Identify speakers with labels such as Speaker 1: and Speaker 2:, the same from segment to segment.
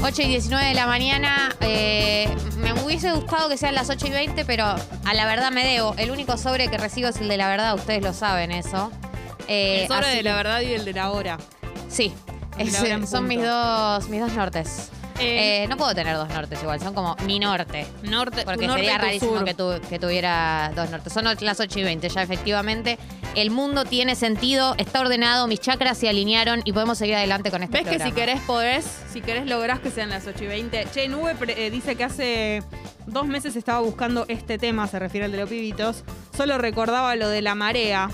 Speaker 1: 8 y 19 de la mañana. eh, me hubiese gustado que sean las 8 y 20, pero a la verdad me debo. El único sobre que recibo es el de la verdad, ustedes lo saben eso. Eh,
Speaker 2: El sobre
Speaker 1: así-
Speaker 2: de la verdad y el de la hora.
Speaker 1: Sí,
Speaker 2: El de la hora en
Speaker 1: Es- son
Speaker 2: punto.
Speaker 1: mis dos, mis dos nortes.
Speaker 2: Eh,
Speaker 1: Eh, no puedo tener dos nortes igual, son como mi norte.
Speaker 2: norte,
Speaker 1: Porque
Speaker 2: norte y
Speaker 1: sería
Speaker 2: tu
Speaker 1: rarísimo
Speaker 2: sur.
Speaker 1: que, tu- que tuviera dos nortes. Son las 8 y 20, ya efectivamente. El mundo tiene sentido, está ordenado, mis chakras se alinearon y podemos seguir adelante con este
Speaker 2: ¿Ves que si
Speaker 1: programa.
Speaker 2: querés podés? Si querés lográs que sean las 8 y 20. Che, Nube pre- eh, dice que hace dos meses estaba buscando este tema, se refiere al de los pibitos. Solo recordaba lo de la marea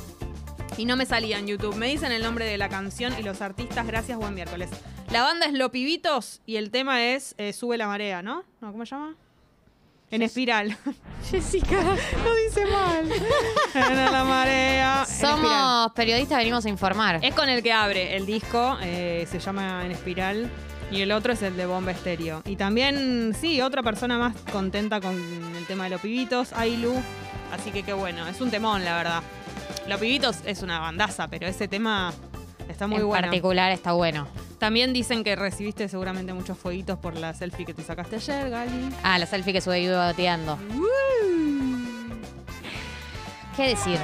Speaker 2: y no me salía en YouTube. Me dicen el nombre de la canción y los artistas, gracias, buen miércoles. La banda es Lo Pibitos y el tema es eh, Sube la marea, ¿no? ¿No? ¿Cómo se llama? En espiral.
Speaker 1: Jessica.
Speaker 2: Lo dice mal. en la marea. en espiral.
Speaker 1: Somos periodistas, venimos a informar.
Speaker 2: Es con el que abre el disco, eh, se llama En Espiral, y el otro es el de Bomba Estéreo. Y también, sí, otra persona más contenta con el tema de los pibitos, Ailu. Así que qué bueno, es un temón, la verdad. Los pibitos es una bandaza, pero ese tema está muy
Speaker 1: en
Speaker 2: bueno.
Speaker 1: particular está bueno.
Speaker 2: También dicen que recibiste seguramente muchos fueguitos por la selfie que te sacaste ayer, Gali.
Speaker 1: Ah, la selfie que subí boteando. ¿Qué decir?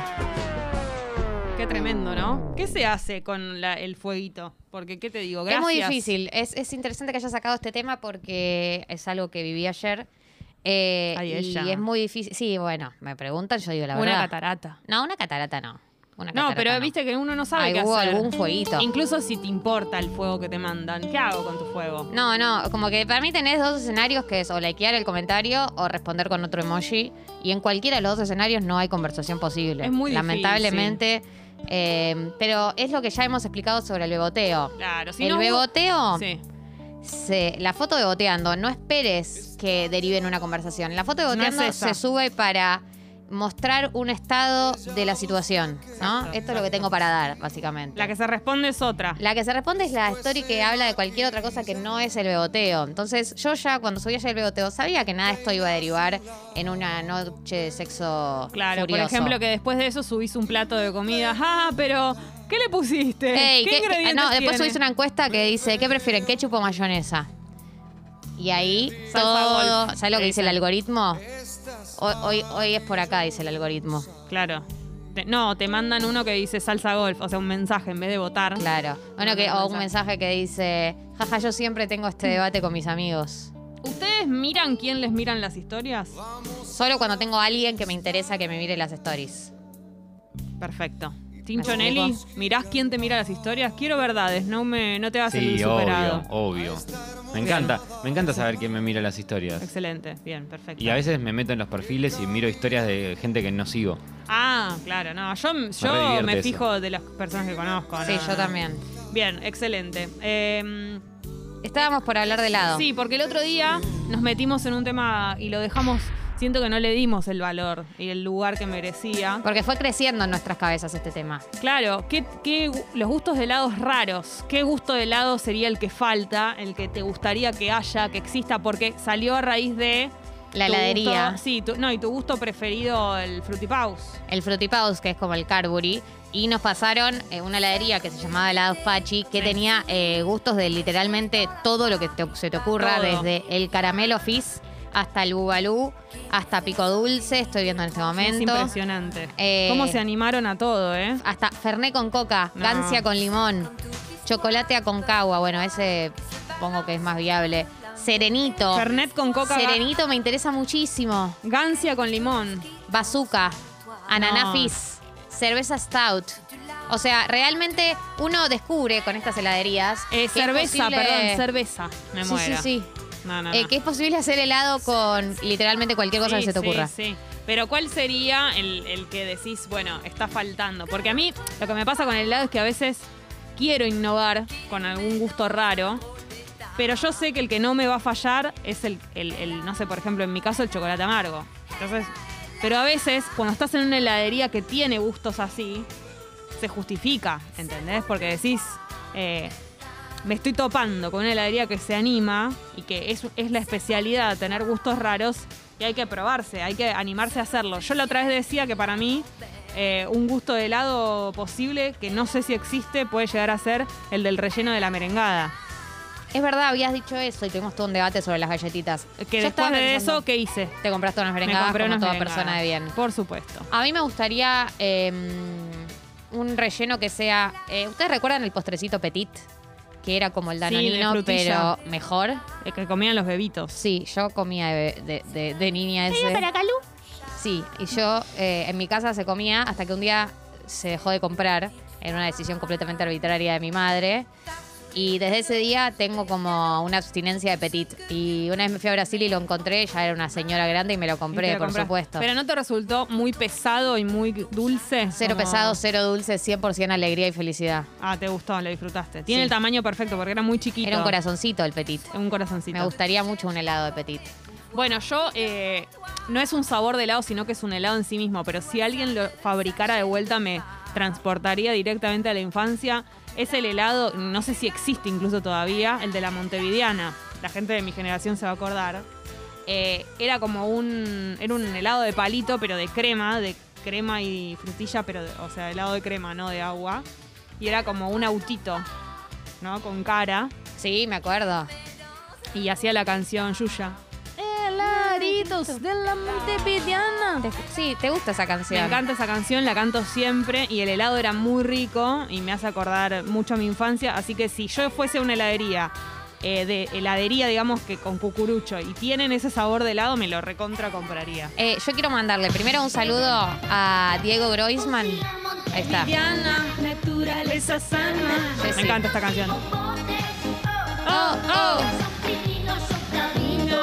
Speaker 2: Qué tremendo, ¿no? ¿Qué se hace con la- el fueguito? Porque, ¿qué te digo? Gracias.
Speaker 1: Es muy difícil. Es, es interesante que haya sacado este tema porque es algo que viví ayer. Eh, y
Speaker 2: Ay, ella.
Speaker 1: es muy difícil. Sí, bueno, me preguntan, yo digo la
Speaker 2: Una
Speaker 1: verdad.
Speaker 2: catarata.
Speaker 1: No, una catarata no. Una
Speaker 2: No,
Speaker 1: catarata
Speaker 2: pero viste que uno no sabe
Speaker 1: Ay,
Speaker 2: qué
Speaker 1: hubo
Speaker 2: hacer.
Speaker 1: algún fueguito.
Speaker 2: Incluso si te importa el fuego que te mandan, ¿qué hago con tu fuego?
Speaker 1: No, no, como que para mí tenés dos escenarios que es o likear el comentario o responder con otro emoji. Y en cualquiera de los dos escenarios no hay conversación posible.
Speaker 2: Es muy difícil.
Speaker 1: Lamentablemente. eh, pero es lo que ya hemos explicado sobre el beboteo.
Speaker 2: Claro, si
Speaker 1: el
Speaker 2: no.
Speaker 1: beboteo,
Speaker 2: Sí.
Speaker 1: se- la foto de boteando, no esperes que derive en una conversación. La foto de
Speaker 2: No es
Speaker 1: boteando
Speaker 2: esa.
Speaker 1: se sube para mostrar un estado de la situación. ¿no?
Speaker 2: Exacto,
Speaker 1: Esto es lo que tengo para dar, básicamente.
Speaker 2: La que se responde es otra.
Speaker 1: La que se responde es la story que habla de cualquier otra cosa que no es el beboteo. Entonces, yo ya cuando subí ayer el beboteo sabía que nada de esto iba a derivar en una noche de sexo
Speaker 2: Claro,
Speaker 1: furioso.
Speaker 2: por ejemplo, que después de eso subís un plato de comida. Ah, pero ¿qué le pusiste?
Speaker 1: Ey,
Speaker 2: ¿Qué,
Speaker 1: ¿qué- qué-
Speaker 2: ingredientes
Speaker 1: no, después
Speaker 2: tiene?
Speaker 1: subís una encuesta que dice, ¿qué prefieren, ketchup o mayonesa? Y ahí
Speaker 2: Salsa
Speaker 1: todo,
Speaker 2: golf,
Speaker 1: ¿sabes lo que
Speaker 2: le
Speaker 1: dice el
Speaker 2: dicen.
Speaker 1: algoritmo? Hoy, hoy, hoy es por acá, dice el algoritmo.
Speaker 2: Claro. Te- no, te mandan uno que dice salsa golf, o sea, un mensaje en vez de votar.
Speaker 1: Claro. Bueno, que, o un mensaje que dice, jaja, yo siempre tengo este debate con mis amigos.
Speaker 2: ¿Ustedes miran quién les miran las historias?
Speaker 1: Solo cuando tengo a alguien que me interesa que me mire las stories.
Speaker 2: Perfecto. Tincho
Speaker 1: ¿Me
Speaker 2: Nelly,
Speaker 1: explico?
Speaker 2: ¿mirás quién te mira las historias? Quiero verdades, no me no te vas a sentir
Speaker 3: Sí,
Speaker 2: superado.
Speaker 3: obvio, obvio. Me encanta, me encanta saber quién me mira las historias.
Speaker 2: Excelente, bien, perfecto.
Speaker 3: Y a veces me meto en los perfiles y miro historias de gente que no sigo.
Speaker 2: Ah, claro, no, yo, yo
Speaker 3: re
Speaker 2: me,
Speaker 3: divierte eso.
Speaker 2: fijo de las personas que conozco.
Speaker 1: Sí,
Speaker 2: no,
Speaker 1: yo
Speaker 2: no.
Speaker 1: también.
Speaker 2: Bien, excelente. Eh,
Speaker 1: Estábamos por hablar de helado.
Speaker 2: sí, porque el otro día nos metimos en un tema y lo dejamos, siento que no le dimos el valor y el lugar que merecía.
Speaker 1: Porque fue creciendo en nuestras cabezas este tema.
Speaker 2: Claro, ¿qué, qué gu- los gustos de helados raros? ¿Qué gusto de helado sería el que falta, el que te gustaría que haya, que exista? Porque salió a raíz de...
Speaker 1: La
Speaker 2: tu
Speaker 1: heladería.
Speaker 2: gusto- sí, tu- no, y tu gusto preferido, el frutipaus.
Speaker 1: El Frutipaus, que es como el Carbury. Y nos pasaron eh, una heladería que se llamaba Helados Pachi, que tenía eh, gustos de literalmente todo lo que te- se te ocurra,
Speaker 2: Todo.
Speaker 1: desde el caramelo fizz hasta el bubalú, hasta pico dulce, estoy viendo en este
Speaker 2: Es
Speaker 1: momento.
Speaker 2: impresionante.
Speaker 1: Eh,
Speaker 2: ¿Cómo se animaron a todo, eh?
Speaker 1: hasta Ferné con coca,
Speaker 2: No.
Speaker 1: gancia con limón, chocolate a concagua, bueno, ese pongo que es más viable. Serenito.
Speaker 2: Fernet con coca. ga-
Speaker 1: Serenito me interesa muchísimo.
Speaker 2: Gancia con limón.
Speaker 1: Bazooka, ananá
Speaker 2: No.
Speaker 1: fizz, cerveza stout. O sea, realmente uno descubre con estas heladerías. que
Speaker 2: Eh,
Speaker 1: es
Speaker 2: cerveza,
Speaker 1: posible-
Speaker 2: perdón, cerveza.
Speaker 1: Sí,
Speaker 2: Me
Speaker 1: sí,
Speaker 2: muero.
Speaker 1: sí.
Speaker 2: No, no, no.
Speaker 1: Eh, que es posible hacer helado con literalmente cualquier cosa
Speaker 2: Sí,
Speaker 1: que se te
Speaker 2: sí,
Speaker 1: ocurra.
Speaker 2: sí. Pero ¿cuál sería el, el que decís, bueno, está faltando? Porque a mí lo que me pasa con el helado es que a veces quiero innovar con algún gusto raro, pero yo sé que el que no me va a fallar es el, el- el, no sé, por ejemplo, en mi caso el chocolate amargo. Entonces, pero a veces cuando estás en una heladería que tiene gustos así, se justifica, ¿entendés? Porque decís, eh, me estoy topando con una heladería que se anima y que es, es la especialidad, tener gustos raros y hay que probarse, hay que animarse a hacerlo. Yo la otra vez decía que para mí eh, un gusto de helado posible, que no sé si existe, puede llegar a ser el del relleno de la merengada.
Speaker 1: Es verdad, habías dicho eso y tuvimos todo un debate sobre las galletitas.
Speaker 2: Que
Speaker 1: Yo estaba
Speaker 2: después de
Speaker 1: pensando,
Speaker 2: eso, ¿qué hice?
Speaker 1: te compraste unas berenjenas como
Speaker 2: compré unas
Speaker 1: toda
Speaker 2: berenjenas.
Speaker 1: persona de bien.
Speaker 2: Por supuesto.
Speaker 1: A mí me gustaría eh, un relleno que sea. eh, ¿Ustedes recuerdan el postrecito Petit? Que era como el
Speaker 2: de
Speaker 1: danonino,
Speaker 2: frutilla.
Speaker 1: pero mejor.
Speaker 2: El Eh, que comían los bebitos.
Speaker 1: Sí, yo comía de, de- de- de niña ese. para Calú? Sí, y yo eh, en mi casa se comía hasta que un día se dejó de comprar. en una decisión completamente arbitraria de mi madre. Y desde ese día tengo como una abstinencia de petit. Y una vez me fui a Brasil y lo encontré, ya era una señora grande y me lo compré,
Speaker 2: Y te lo
Speaker 1: por
Speaker 2: compras.
Speaker 1: supuesto.
Speaker 2: Pero no te resultó muy pesado y muy dulce.
Speaker 1: Cero
Speaker 2: Como-
Speaker 1: pesado, cero dulce, 100% alegría y felicidad.
Speaker 2: Ah, te gustó, lo disfrutaste. Tiene
Speaker 1: Sí.
Speaker 2: el tamaño perfecto porque era muy chiquito.
Speaker 1: Era un corazoncito el petit.
Speaker 2: Un corazoncito.
Speaker 1: Me gustaría mucho un helado de petit.
Speaker 2: Bueno, yo eh, no es un sabor de helado, sino que es un helado en sí mismo, pero si alguien lo fabricara de vuelta me transportaría directamente a la infancia. Es el helado, no sé si existe incluso todavía, el de la Montevideana. La gente de mi generación se va a acordar. Eh, era como un, era un helado de palito, pero de crema, de crema y frutilla, pero de- o sea, helado de crema, no de agua. Y era como un autito, ¿no? Con cara.
Speaker 1: Sí, me acuerdo.
Speaker 2: Y hacía la canción Yuya. Heladitos de la Montepidiana.
Speaker 1: Sí, te gusta esa
Speaker 2: Me
Speaker 1: canción.
Speaker 2: encanta esa canción, la canto siempre y el helado era muy rico y me hace acordar mucho a mi infancia. Así que si yo fuese a una heladería, eh, de heladería, digamos que con cucurucho, y tienen ese sabor de helado, me lo recontra compraría.
Speaker 1: Eh, yo quiero mandarle primero un saludo a Diego Groisman. Ahí está.
Speaker 2: naturaleza sana.
Speaker 1: Sí, sí.
Speaker 2: Me encanta esta canción.
Speaker 1: Oh, oh.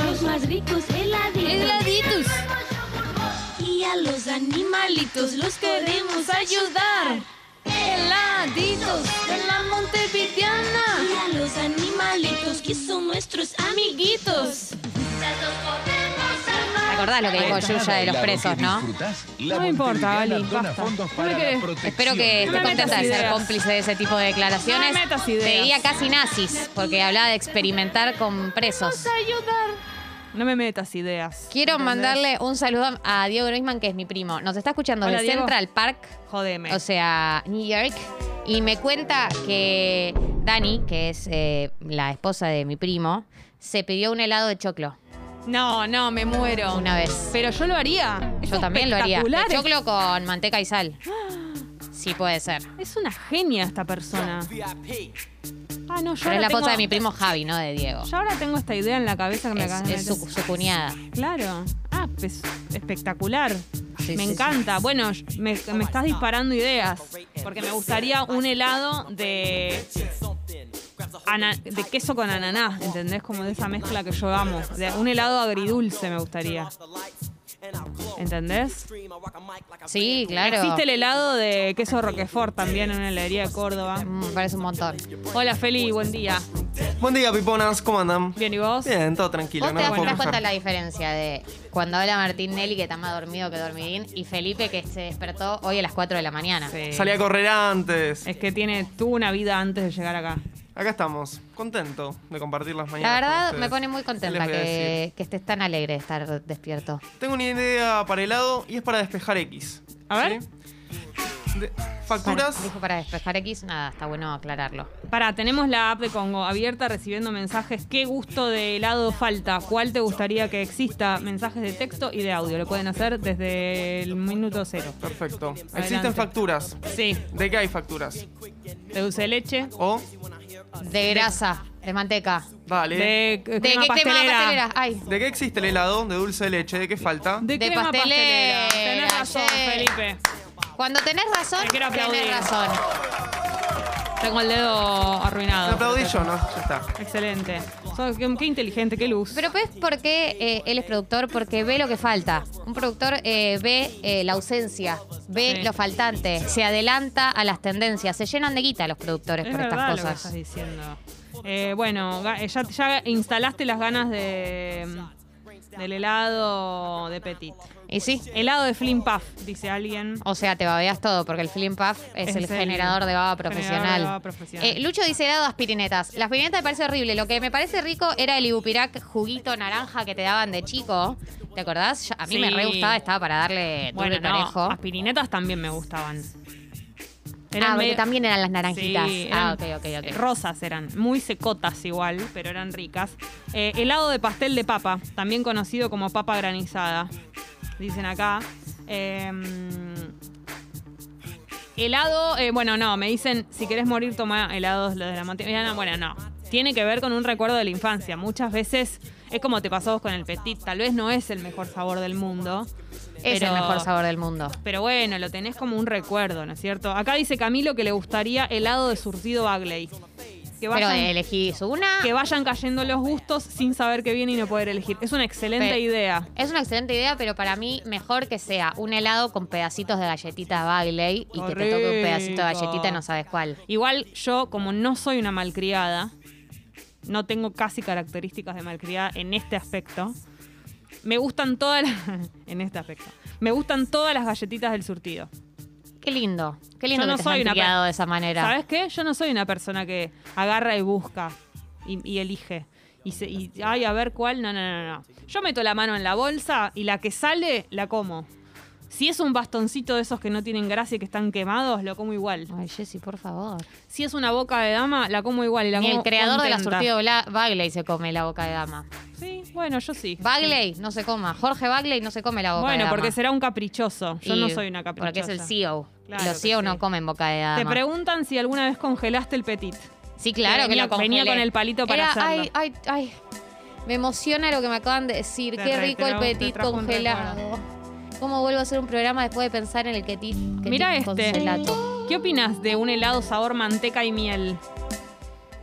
Speaker 4: Los más ricos heladitos.
Speaker 1: Heladitos.
Speaker 4: Y a los animalitos los queremos ayudar. Heladitos de la Montevideana. Y a los animalitos que son nuestros amiguitos.
Speaker 1: ¿Te acordás lo que dijo Yuya de los presos, no?
Speaker 2: No me importa, Ali, basta. No me querés.
Speaker 1: Espero que
Speaker 2: No me
Speaker 1: estés contenta
Speaker 2: metas
Speaker 1: de ser
Speaker 2: ideas.
Speaker 1: cómplice de ese tipo de declaraciones.
Speaker 2: No me metas ideas.
Speaker 1: Te diría casi nazis, porque hablaba de experimentar con presos.
Speaker 2: No me metas ideas.
Speaker 1: Quiero
Speaker 2: ¿entendés?
Speaker 1: mandarle un saludo a Diego Groisman, que es mi primo. Nos está escuchando
Speaker 2: Hola,
Speaker 1: desde
Speaker 2: Diego.
Speaker 1: Central Park.
Speaker 2: Jodeme.
Speaker 1: o sea, New York, y me cuenta que Dani, que es eh, la esposa de mi primo, se pidió un helado de choclo
Speaker 2: no, no, me muero.
Speaker 1: una vez.
Speaker 2: Pero yo lo haría. Es
Speaker 1: Yo también lo haría. De
Speaker 2: espectacular.
Speaker 1: choclo con manteca y sal. Sí puede ser.
Speaker 2: Es una genia esta persona. Ah, no,
Speaker 1: Pero
Speaker 2: yo ahora
Speaker 1: es la esposa
Speaker 2: tengo-
Speaker 1: de mi primo Javi, no de Diego.
Speaker 2: Yo ahora tengo esta idea en la cabeza que me
Speaker 1: Es,
Speaker 2: acabas de
Speaker 1: es su,
Speaker 2: meter.
Speaker 1: su cuñada.
Speaker 2: Claro. Ah, es espectacular.
Speaker 1: Sí,
Speaker 2: me
Speaker 1: sí,
Speaker 2: encanta. Bueno, me, me estás disparando ideas. Porque me gustaría un helado de. ana- de queso con ananás, ¿entendés? Como de esa mezcla que yo amo. De un helado agridulce me gustaría. ¿Entendés?
Speaker 1: Sí, claro.
Speaker 2: Existe el helado de queso Roquefort también en una heladería de Córdoba.
Speaker 1: Mm, Me parece un montón.
Speaker 2: Hola Feli, buen día.
Speaker 5: Buen día, piponas, ¿cómo andan?
Speaker 2: Bien, ¿y vos?
Speaker 5: Bien, todo tranquilo.
Speaker 1: Vos te das
Speaker 5: me puedo
Speaker 1: das cuenta
Speaker 5: quejar.
Speaker 1: la diferencia de cuando habla Martín Nelly, que está más dormido que dormidín, y Felipe, que se despertó hoy a las 4 de la mañana.
Speaker 2: Sí.
Speaker 5: Salí a correr antes.
Speaker 2: Es que tiene, tuvo una vida antes de llegar acá.
Speaker 5: Acá estamos, contento de compartir las mañanas.
Speaker 1: La verdad,
Speaker 5: con
Speaker 1: me
Speaker 5: ustedes.
Speaker 1: pone muy
Speaker 5: ¿Qué
Speaker 1: contenta
Speaker 5: les voy a
Speaker 1: que, que estés tan alegre de estar despierto.
Speaker 5: decir? Tengo una idea para helado y es para despejar X.
Speaker 2: A ver.
Speaker 5: ¿sí? De-
Speaker 1: Para,
Speaker 5: facturas.
Speaker 1: dijo para despejar X, nada, está bueno aclararlo.
Speaker 2: Pará, tenemos la app de Congo abierta recibiendo mensajes. ¿Qué gusto de helado falta? ¿Cuál te gustaría que exista? Mensajes de texto y de audio. Lo pueden hacer desde el minuto cero.
Speaker 5: Perfecto.
Speaker 2: Adelante.
Speaker 5: Existen facturas.
Speaker 2: Sí,
Speaker 5: ¿De qué hay facturas?
Speaker 2: de dulce de leche.
Speaker 5: O,
Speaker 1: De grasa, de manteca.
Speaker 5: dale. De...
Speaker 2: De,
Speaker 1: ¿De
Speaker 2: crema
Speaker 1: qué crema pastelera?
Speaker 2: pastelera.
Speaker 1: Ay.
Speaker 5: qué existe el helado? ¿De dulce de leche? ¿De qué falta?
Speaker 2: De,
Speaker 1: De
Speaker 2: crema pastelera.
Speaker 1: pastelera,
Speaker 2: Tenés razón,
Speaker 1: che.
Speaker 2: Felipe.
Speaker 1: Cuando tenés razón,
Speaker 2: Te quiero
Speaker 1: tenés
Speaker 2: aplaudir.
Speaker 1: razón.
Speaker 2: Tengo el dedo
Speaker 5: ¿Me
Speaker 2: arruinado.
Speaker 5: aplaudí yo? No, ya está.
Speaker 2: Excelente. Sos- qué, qué inteligente, qué luz.
Speaker 1: Pero ¿ves por qué eh, él es productor? Porque ve lo que falta. Un productor eh, ve eh, la ausencia, ve
Speaker 2: Sí.
Speaker 1: lo faltante, se adelanta a las tendencias. Se llenan de guita los productores
Speaker 2: Es
Speaker 1: por
Speaker 2: verdad
Speaker 1: estas
Speaker 2: lo que
Speaker 1: cosas.
Speaker 2: estás diciendo. Eh, bueno, ga- eh, ya, ya instalaste las ganas de mm, del helado de Petit.
Speaker 1: Y sí,
Speaker 2: Helado de Flim Puff, dice alguien.
Speaker 1: O sea, te babeas todo, porque el Flim Puff es,
Speaker 2: Es
Speaker 1: el,
Speaker 2: el
Speaker 1: generador de baba
Speaker 2: generador de
Speaker 1: profesional.
Speaker 2: baba profesional.
Speaker 1: Eh, Lucho dice helado de aspirinetas. La aspirineta me parece horrible. Lo que me parece rico era el ibupirac juguito naranja que te daban de chico. ¿Te acordás? Ya- A mí
Speaker 2: Sí.
Speaker 1: me re gustaba, estaba para darle duro
Speaker 2: Bueno,
Speaker 1: y
Speaker 2: no,
Speaker 1: parejo.
Speaker 2: aspirinetas también me gustaban.
Speaker 1: ah, porque
Speaker 2: medio-
Speaker 1: también eran las naranjitas.
Speaker 2: Sí,
Speaker 1: ah, ok,
Speaker 2: eran,
Speaker 1: ok,
Speaker 2: eh,
Speaker 1: ok.
Speaker 2: Rosas eran, muy secotas igual, pero eran ricas. Eh, helado de pastel de papa, también conocido como papa granizada, dicen acá. Eh, helado, eh, bueno, no, me dicen, si querés morir, toma helados los de la montaña. Bueno, no. Tiene que ver con un recuerdo de la infancia. Muchas veces es como te pasó vos con el petit. Tal vez no es el mejor sabor del mundo.
Speaker 1: es el
Speaker 2: pero-
Speaker 1: mejor sabor del mundo.
Speaker 2: pero bueno, lo tenés como un recuerdo, ¿no es cierto? Acá dice Camilo que le gustaría helado de surtido Bagley. Que
Speaker 1: Pero
Speaker 2: vayan,
Speaker 1: elegís una.
Speaker 2: que vayan cayendo los gustos sin saber qué viene y no poder elegir. Es una excelente
Speaker 1: Pe-
Speaker 2: idea.
Speaker 1: Es una excelente idea, pero para mí mejor que sea un helado con pedacitos de galletitas Bagley y que te toque un pedacito de galletita y no sabes cuál.
Speaker 2: Igual yo, como no soy una malcriada, no tengo casi características de malcriada en este aspecto. Me gustan todas las... en este aspecto. Me gustan todas las galletitas del surtido.
Speaker 1: Qué lindo. Qué lindo
Speaker 2: Yo no
Speaker 1: que te
Speaker 2: soy
Speaker 1: hayan
Speaker 2: una
Speaker 1: criado
Speaker 2: pe-
Speaker 1: de esa manera.
Speaker 2: ¿Sabes qué? Yo no soy una persona que agarra y busca y, y elige. Y, se- y, ay, a ver cuál. No, no, no, no. Yo meto la mano en la bolsa y la que sale, la como. Si es un bastoncito de esos que no tienen gracia y que están quemados, lo como igual.
Speaker 1: Ay, Jessy, por favor.
Speaker 2: Si es una boca de dama, la como igual. Y la
Speaker 1: Ni el
Speaker 2: como
Speaker 1: creador de la
Speaker 2: contenta.
Speaker 1: surtida Bla- Bagley se come la boca de dama.
Speaker 2: Sí, bueno, yo sí.
Speaker 1: Bagley no se coma. Jorge Bagley no se come la boca de
Speaker 2: Bueno,
Speaker 1: dama.
Speaker 2: porque será un caprichoso. Yo
Speaker 1: Y-
Speaker 2: no soy una caprichosa.
Speaker 1: Porque es el CEO.
Speaker 2: Claro
Speaker 1: Los
Speaker 2: que
Speaker 1: CEO
Speaker 2: sí.
Speaker 1: no comen boca de dama.
Speaker 2: Te preguntan si alguna vez congelaste el petit.
Speaker 1: Sí, claro que,
Speaker 2: venía-
Speaker 1: lo congelé.
Speaker 2: venía con el palito para
Speaker 1: Era-
Speaker 2: hacerlo.
Speaker 1: Ay, ay, ay. Me emociona lo que me acaban de decir.
Speaker 2: Te
Speaker 1: Qué
Speaker 2: re-
Speaker 1: rico
Speaker 2: te
Speaker 1: el
Speaker 2: trajo- te
Speaker 1: petit
Speaker 2: trajo un
Speaker 1: congelado. ¿Cómo vuelvo a hacer un programa después de pensar en el petit, que
Speaker 2: Mira
Speaker 1: petit
Speaker 2: este.
Speaker 1: congelato?
Speaker 2: ¿Qué opinas de un helado sabor manteca y miel?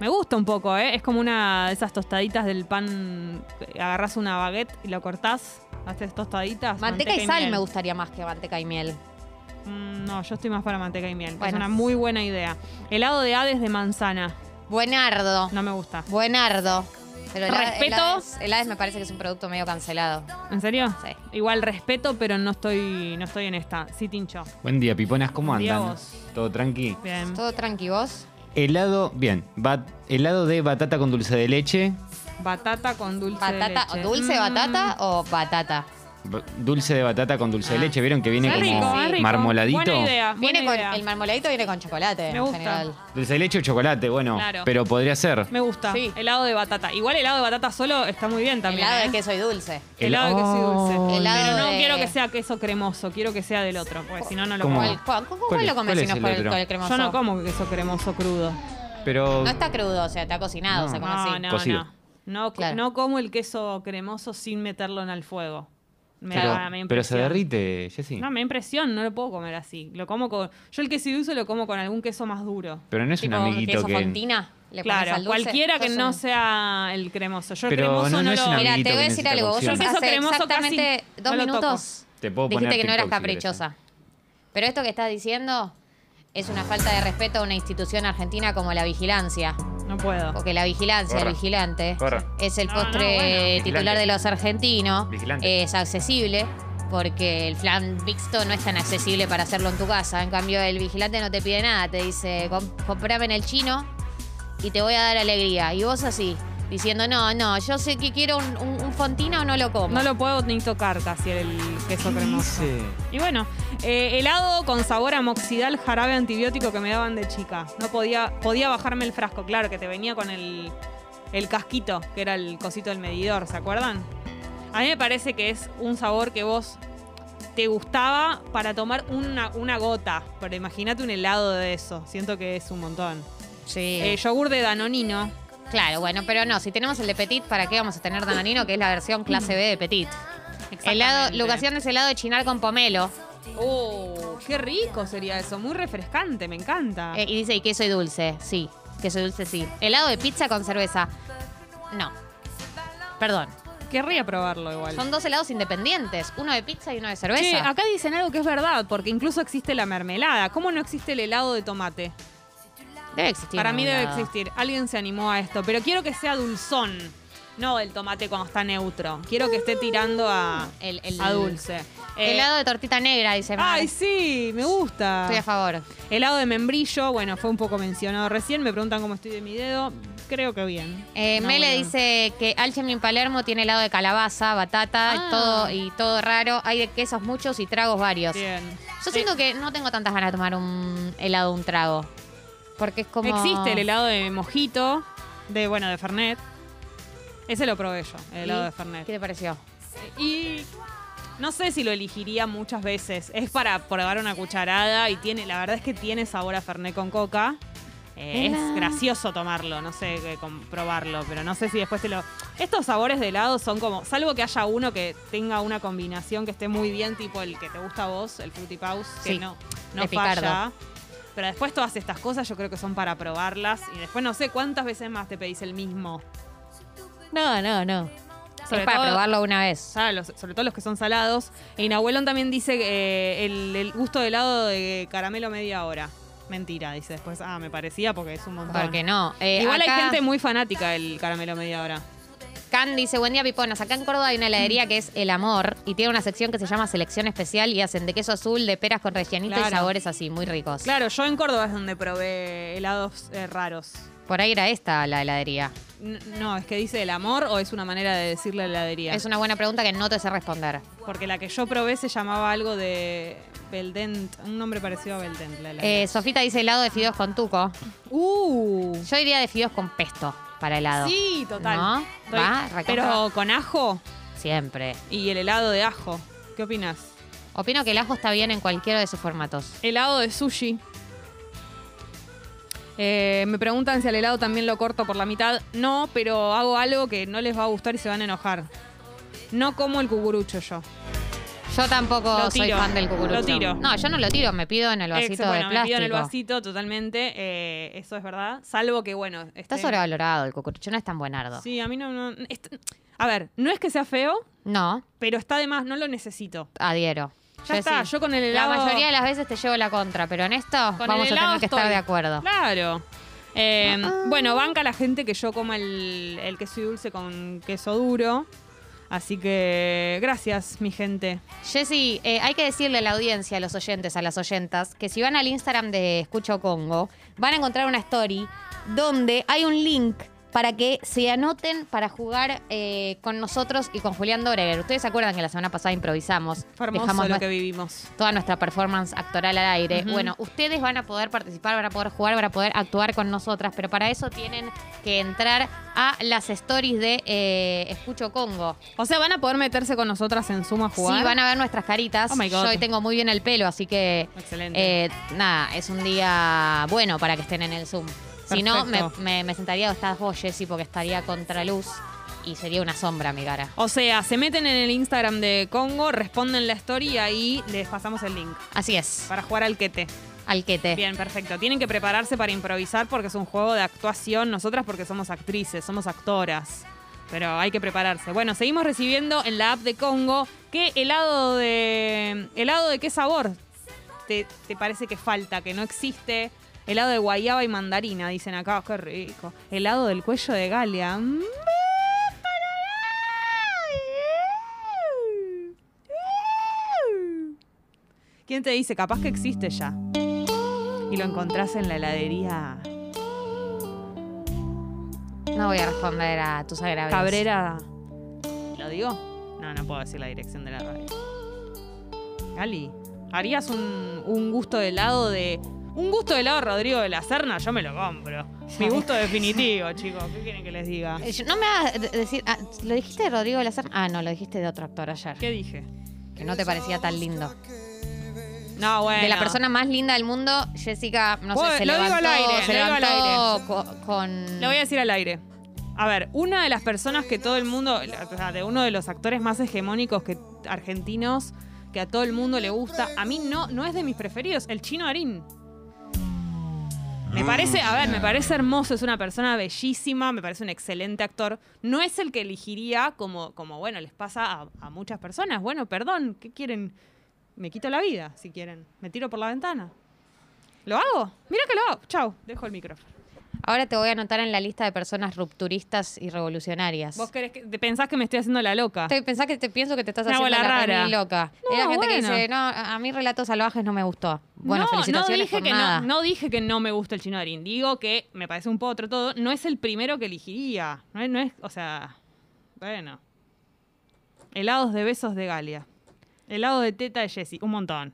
Speaker 2: Me gusta un poco, ¿eh? Es como una de esas tostaditas del pan. Agarras una baguette y lo cortás, haces tostaditas.
Speaker 1: Manteca y sal
Speaker 2: miel.
Speaker 1: me gustaría más que manteca y miel.
Speaker 2: Mm, no, yo estoy más para manteca y miel. Es
Speaker 1: Bueno.
Speaker 2: una muy buena idea. Helado de Hades de manzana.
Speaker 1: Buenardo.
Speaker 2: No me gusta.
Speaker 1: Buenardo. Pero el Hades- el
Speaker 2: Respeto.
Speaker 1: Hades- el Hades me parece que es un producto medio cancelado.
Speaker 2: ¿En serio?
Speaker 1: Sí.
Speaker 2: Igual respeto, pero no estoy, no estoy en esta. Sí, tincho.
Speaker 3: Buen día, piponas, ¿cómo
Speaker 2: Buen día a
Speaker 3: andan?
Speaker 2: vos.
Speaker 3: Todo tranqui.
Speaker 2: Bien.
Speaker 1: Todo tranqui, ¿vos?
Speaker 3: Helado, bien. bat- helado de batata con dulce de leche.
Speaker 2: Batata con dulce de
Speaker 1: Batata,
Speaker 2: leche.
Speaker 1: ¿Dulce
Speaker 2: Mm.
Speaker 1: batata o batata?
Speaker 3: b- Dulce de batata con dulce de leche. ¿Vieron que viene
Speaker 2: Es Ah. rico,
Speaker 3: como
Speaker 2: es rico.
Speaker 3: marmoladito?
Speaker 2: Ah, Buena idea.
Speaker 1: Viene
Speaker 2: buena
Speaker 1: con,
Speaker 2: idea.
Speaker 1: el marmoladito viene con chocolate
Speaker 2: Me
Speaker 1: en
Speaker 2: gusta.
Speaker 1: general.
Speaker 3: Dulce de leche o chocolate, bueno.
Speaker 2: Claro.
Speaker 3: Pero podría ser.
Speaker 2: Me gusta.
Speaker 1: Sí.
Speaker 2: Helado de batata. Igual helado de batata solo está muy bien también.
Speaker 1: Helado
Speaker 2: ¿eh?
Speaker 1: de queso y dulce.
Speaker 2: Helado de queso y dulce.
Speaker 1: Helado
Speaker 2: Pero no
Speaker 1: de-
Speaker 2: quiero que sea queso cremoso, quiero que sea del otro, porque si no, no lo
Speaker 3: ¿Cómo?
Speaker 2: como.
Speaker 1: ¿Cuál, cuál, cuál
Speaker 3: ¿Cuál
Speaker 1: lo
Speaker 3: es-
Speaker 1: comes
Speaker 3: cuál
Speaker 1: si
Speaker 3: es
Speaker 1: no
Speaker 3: el
Speaker 1: fue el,
Speaker 3: otro?
Speaker 1: con el cremoso?
Speaker 2: Yo no como queso cremoso crudo.
Speaker 3: Pero.
Speaker 1: No está crudo, o sea, está cocinado,
Speaker 3: No.
Speaker 1: se come
Speaker 2: No,
Speaker 1: así.
Speaker 2: no,
Speaker 3: Cocido.
Speaker 2: no. No, co-
Speaker 1: Claro.
Speaker 2: no como el queso cremoso sin meterlo en el fuego. Me da- me
Speaker 3: pero,
Speaker 2: da
Speaker 3: pero se
Speaker 2: impresión.
Speaker 3: derrite, Jessy.
Speaker 2: No, me da impresión, no lo puedo comer así. Lo como con. Yo el queso dulce lo como con algún queso más duro.
Speaker 3: pero no es un
Speaker 1: Tipo
Speaker 3: amiguito
Speaker 1: queso
Speaker 3: que.
Speaker 1: fontina, le pones
Speaker 2: Claro,
Speaker 1: al dulce.
Speaker 2: cualquiera que
Speaker 1: Sos
Speaker 2: no
Speaker 1: un-
Speaker 2: sea el cremoso. Yo el
Speaker 3: Pero
Speaker 2: cremoso
Speaker 3: no,
Speaker 2: no,
Speaker 3: no es
Speaker 2: lo.
Speaker 3: una-
Speaker 1: Mira, te
Speaker 3: amiguito
Speaker 1: voy a
Speaker 3: que
Speaker 1: decir
Speaker 3: necesita
Speaker 1: algo. Vos
Speaker 3: cocción.
Speaker 1: hace
Speaker 2: El queso cremoso
Speaker 1: exactamente
Speaker 2: casi
Speaker 1: dos
Speaker 2: no lo
Speaker 1: minutos
Speaker 3: Te puedo poner
Speaker 1: dijiste que no eras
Speaker 3: TikTok si querés, eh.
Speaker 1: caprichosa. Pero esto que estás diciendo es una falta de respeto a una institución argentina como la vigilancia.
Speaker 2: No puedo.
Speaker 1: Porque la vigilancia,
Speaker 3: Corra.
Speaker 1: el vigilante,
Speaker 3: Corra.
Speaker 1: es el
Speaker 2: No,
Speaker 1: postre
Speaker 2: no,
Speaker 1: titular
Speaker 2: bueno.
Speaker 3: Vigilante.
Speaker 1: de los argentinos.
Speaker 3: Vigilante.
Speaker 1: Es accesible. Porque el flan mixto no es tan accesible para hacerlo en tu casa. En cambio, el vigilante no te pide nada. Te dice, "Com- comprame en el chino y te voy a dar alegría. Y vos así, diciendo, no, no, yo sé que quiero un, un- un fontino, no lo como.
Speaker 2: No lo puedo ni tocar casi el queso cremoso.
Speaker 3: Sí.
Speaker 2: Y bueno, eh, helado con sabor a moxidal, jarabe antibiótico que me daban de chica. No podía, podía bajarme el frasco, claro, que te venía con el, el casquito, que era el cosito del medidor, ¿se acuerdan? A mí me parece que es un sabor que vos te gustaba para tomar una, una gota. Pero imagínate un helado de eso. Siento que es un montón.
Speaker 1: Sí.
Speaker 2: Eh, yogur de danonino.
Speaker 1: Claro, bueno, pero no, si tenemos el de Petit, ¿para qué vamos a tener Danonino, que es la versión clase B de Petit? Helado,
Speaker 2: Mm. Exactamente.
Speaker 1: Lucación es helado de chinar con pomelo.
Speaker 2: Oh, qué rico sería eso. Muy refrescante, me encanta.
Speaker 1: Eh, y dice, y queso y dulce, sí. Queso y dulce, sí. Helado de pizza con cerveza. No. Perdón.
Speaker 2: Querría probarlo igual.
Speaker 1: Son dos helados independientes, uno de pizza y uno de cerveza.
Speaker 2: Che, acá dicen algo que es verdad, porque incluso existe la mermelada. ¿Cómo no existe el helado de tomate?
Speaker 1: debe existir.
Speaker 2: Para mí
Speaker 1: un
Speaker 2: debe
Speaker 1: helado.
Speaker 2: existir. Alguien se animó a esto, pero quiero que sea dulzón. No el tomate cuando está neutro. Quiero que esté tirando a,
Speaker 1: El- el-
Speaker 2: a dulce. Eh,
Speaker 1: helado de tortita negra, dice Mar.
Speaker 2: Ay, sí, me gusta.
Speaker 1: Estoy a favor.
Speaker 2: Helado de membrillo, bueno, fue un poco mencionado recién. Me preguntan cómo estoy de mi dedo. creo que bien.
Speaker 1: Eh,
Speaker 2: No,
Speaker 1: Mele
Speaker 2: bueno.
Speaker 1: dice que Alchemy en Palermo tiene helado de calabaza, batata
Speaker 2: Ah.
Speaker 1: y, todo, y todo raro. Hay de quesos muchos y tragos varios.
Speaker 2: Bien. Eh.
Speaker 1: Yo siento que no tengo tantas ganas de tomar un helado, un trago. Porque es como...
Speaker 2: Existe el helado de mojito, de bueno, de Fernet. Ese lo probé yo, el helado
Speaker 1: ¿Y?
Speaker 2: de Fernet.
Speaker 1: ¿Qué te pareció?
Speaker 2: Y no sé si lo elegiría muchas veces. Es para probar una cucharada y tiene, la verdad es que tiene sabor a Fernet con coca. Eh,
Speaker 1: Ela.
Speaker 2: es gracioso tomarlo, no sé, eh, com- probarlo, pero no sé si después te lo... Estos sabores de helado son como, salvo que haya uno que tenga una combinación que esté muy bien, tipo el que te gusta a vos, el Fruity Paus, que
Speaker 1: Sí,
Speaker 2: no, no
Speaker 1: de Picardo.
Speaker 2: falla. Pero después todas estas cosas yo creo que son para probarlas y después no sé cuántas veces más te pedís el mismo.
Speaker 1: No, no, no.
Speaker 2: Sobre
Speaker 1: es para
Speaker 2: todo- Ah.
Speaker 1: probarlo una vez.
Speaker 2: ya, los- sobre todo los que son salados. Y Nahuelón también dice que eh, el, el gusto de helado de caramelo media hora. Mentira, dice después. Ah, me parecía porque es un montón.
Speaker 1: Porque no. Eh,
Speaker 2: Igual
Speaker 1: acá-
Speaker 2: hay gente muy fanática del caramelo media hora.
Speaker 1: Can dice, buen día, Piponas. Acá en Córdoba hay una heladería que es El Amor y tiene una sección que se llama Selección Especial y hacen de queso azul, de peras con rellenito y
Speaker 2: Claro.
Speaker 1: sabores así, muy ricos.
Speaker 2: Claro, yo en Córdoba es donde probé helados eh, raros.
Speaker 1: Por ahí era esta la heladería.
Speaker 2: N- No, es que dice el amor o es una manera de decirle la heladería.
Speaker 1: Es una buena pregunta que no te sé responder.
Speaker 2: Porque la que yo probé se llamaba algo de Beldent, un nombre parecido a Beldent. La heladería.
Speaker 1: Eh, Sofita dice helado de fideos con tuco.
Speaker 2: uh,
Speaker 1: Yo diría de fideos con pesto para helado.
Speaker 2: sí, total.
Speaker 1: ¿No?
Speaker 2: Estoy-
Speaker 1: Va, recontra-
Speaker 2: Pero con ajo.
Speaker 1: Siempre.
Speaker 2: Y el helado de ajo. ¿Qué opinas?
Speaker 1: Opino que el ajo está bien en cualquiera de sus formatos.
Speaker 2: Helado de sushi. Eh, me preguntan si al helado también lo corto por la mitad. No, pero hago algo que no les va a gustar y se van a enojar. No como el cucurucho yo.
Speaker 1: Yo tampoco
Speaker 2: Lo
Speaker 1: soy
Speaker 2: tiro.
Speaker 1: fan del cucurucho.
Speaker 2: Lo tiro.
Speaker 1: No, yo no lo tiro, me pido en el vasito
Speaker 2: Ex- bueno,
Speaker 1: de
Speaker 2: me pido
Speaker 1: plástico.
Speaker 2: en el vasito totalmente. eh, eso es verdad. Salvo que, bueno.
Speaker 1: Está
Speaker 2: esté-
Speaker 1: sobrevalorado el cucurucho, no es tan buenardo.
Speaker 2: Sí, a mí no. no- est- a ver, no es que sea feo,
Speaker 1: No,
Speaker 2: pero está de más, no lo necesito.
Speaker 1: adhiero.
Speaker 2: Ya está,
Speaker 1: sí.
Speaker 2: yo con el helado.
Speaker 1: La mayoría de las veces te llevo la contra, pero en esto
Speaker 2: Con
Speaker 1: vamos
Speaker 2: el
Speaker 1: a tener
Speaker 2: helado
Speaker 1: que estar
Speaker 2: estoy.
Speaker 1: de acuerdo. Ah.
Speaker 2: Claro. Eh, Bueno, banca la gente que yo coma el, el queso y dulce con queso duro. Así que gracias, mi gente.
Speaker 1: Jessy, eh, hay que decirle a la audiencia, a los oyentes, a las oyentas, que si van al Instagram de Escucho Congo, van a encontrar una story donde hay un link para que se anoten para jugar eh, con nosotros y con Julián Doreger. Ustedes se acuerdan que la semana pasada improvisamos.
Speaker 2: Fue hermoso
Speaker 1: Dejamos
Speaker 2: lo
Speaker 1: nue-
Speaker 2: que vivimos.
Speaker 1: toda nuestra performance actoral al aire. Bueno, ustedes van a poder participar, van a poder jugar, van a poder actuar con nosotras, pero para eso tienen que entrar a las stories de eh, Escucho Congo.
Speaker 2: O sea, van a poder meterse con nosotras en Suma a jugar.
Speaker 1: Sí, van a ver nuestras caritas.
Speaker 2: Oh my God.
Speaker 1: Yo hoy tengo muy bien el pelo, así que
Speaker 2: Excelente.
Speaker 1: eh, nada, es un día bueno para que estén en el Zoom. Si no, me,
Speaker 2: Perfecto.
Speaker 1: me- me sentaría o estás vos, Jessy, porque estaría contra luz y sería una sombra mi cara.
Speaker 2: O sea, se meten en el Instagram de Congo, responden la story y ahí les pasamos el link
Speaker 1: Así es,
Speaker 2: para jugar al quete.
Speaker 1: alquete.
Speaker 2: Bien, perfecto. Tienen que prepararse para improvisar porque es un juego de actuación. Nosotras porque somos actrices, somos actoras. Pero hay que prepararse. Bueno, seguimos recibiendo en la app de Congo. ¿Qué helado de. helado de qué sabor te, te parece que falta, que no existe? Helado de guayaba y mandarina, dicen acá. oh, Qué rico. Helado del cuello de Galia. Mm. Mm. ¿Quién te dice? Capaz que existe ya. Y lo encontrás en la heladería
Speaker 1: No voy a responder a tus agravios.
Speaker 2: Cabrera. ¿Lo digo? No, no puedo decir la dirección de la radio. Gali, ¿harías un, un gusto de helado de. Un gusto de helado Rodrigo de la Serna? Yo me lo compro. Mi gusto definitivo, chicos. ¿Qué quieren que les diga?
Speaker 1: Eh, yo- No me hagas de- decir. ah, ¿Lo dijiste de Rodrigo Lazar? Ah, no, lo dijiste de otro actor ayer.
Speaker 2: ¿Qué dije?
Speaker 1: Que no te parecía tan lindo.
Speaker 2: No, bueno.
Speaker 1: De la persona más linda del mundo, Jessica, no
Speaker 2: Bueno,
Speaker 1: sé, se
Speaker 2: lo digo
Speaker 1: levantó,
Speaker 2: al aire,
Speaker 1: se
Speaker 2: lo digo al
Speaker 1: levantó co- con.
Speaker 2: Lo voy a decir al aire. A ver, una de las personas que todo el mundo, o sea, de uno de los actores más hegemónicos que, argentinos que a todo el mundo le gusta, a mí no, no es de mis preferidos, el chino Arín. Me parece, a ver, me parece hermoso, es una persona bellísima, me parece un excelente actor. No es el que elegiría como, como bueno, les pasa a, a muchas personas. Bueno, perdón, ¿qué quieren? Me quito la vida, si quieren. Me tiro por la ventana. ¿Lo hago? Mira que lo hago. Chau, dejo el micrófono.
Speaker 1: Ahora te voy a anotar en la lista de personas rupturistas y revolucionarias.
Speaker 2: ¿Vos querés que, te pensás que me estoy haciendo la loca?
Speaker 1: Te- pensás que te pienso que te estás
Speaker 2: Me hago
Speaker 1: haciendo
Speaker 2: la
Speaker 1: la
Speaker 2: rara.
Speaker 1: re loca.
Speaker 2: No,
Speaker 1: Era gente que
Speaker 2: bueno.
Speaker 1: dice, no, a a mí relatos salvajes no me gustó. Bueno,
Speaker 2: no,
Speaker 1: felicitaciones
Speaker 2: no dije
Speaker 1: por
Speaker 2: que
Speaker 1: nada.
Speaker 2: No, no dije que no me gusta el chino harín. Digo que me parece un potro todo. No es el primero que elegiría. No es, no es- o sea, bueno. Helados de besos de Galia. Helado de teta de Jessie. Un montón.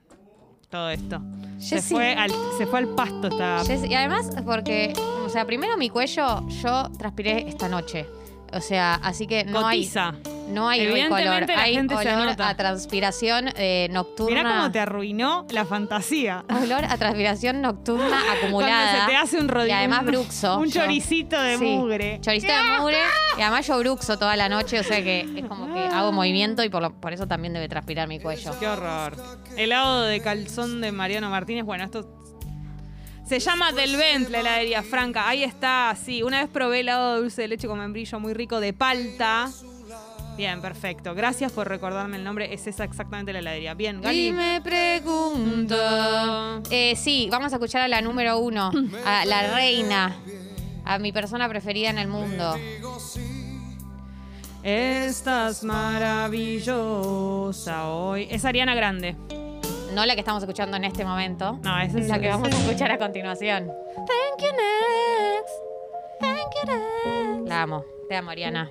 Speaker 2: Todo esto.
Speaker 1: Jessie.
Speaker 2: Se, fue al, se fue al pasto esta...
Speaker 1: Jess- y además porque, o sea, primero mi cuello, yo transpiré esta noche. O sea, así que no
Speaker 2: cotiza.
Speaker 1: hay no hay hoy
Speaker 2: Evidentemente
Speaker 1: color,
Speaker 2: la
Speaker 1: hay
Speaker 2: gente se
Speaker 1: olor
Speaker 2: anota.
Speaker 1: a transpiración eh, nocturna.
Speaker 2: Mirá cómo te arruinó la fantasía.
Speaker 1: Olor a transpiración nocturna acumulada.
Speaker 2: Cuando se te hace un
Speaker 1: Y
Speaker 2: rodillo.
Speaker 1: además bruxo.
Speaker 2: Un
Speaker 1: yo.
Speaker 2: choricito de
Speaker 1: Sí,
Speaker 2: mugre.
Speaker 1: Choricito de mugre. Y además yo bruxo toda la noche, o sea que es como que hago movimiento y por, lo- por eso también debe transpirar mi cuello.
Speaker 2: Qué horror. Helado de calzón de Mariano Martínez. Bueno, esto. Se llama Del Vent, la heladería franca. Ahí está, sí. Una vez probé helado de dulce de leche con membrillo muy rico de palta. Bien, perfecto. Gracias por recordarme el nombre. Es esa exactamente la heladería. Bien, Gali.
Speaker 1: Y me pregunto. Eh, sí, vamos a escuchar a la número uno, a la reina, a mi persona preferida en el mundo.
Speaker 2: Estás maravillosa hoy. Es Ariana Grande.
Speaker 1: No la que estamos escuchando en este momento,
Speaker 2: No, esa es
Speaker 1: la que vamos a escuchar a continuación. Thank you next. Thank you next. La amo, te amo, Ariana.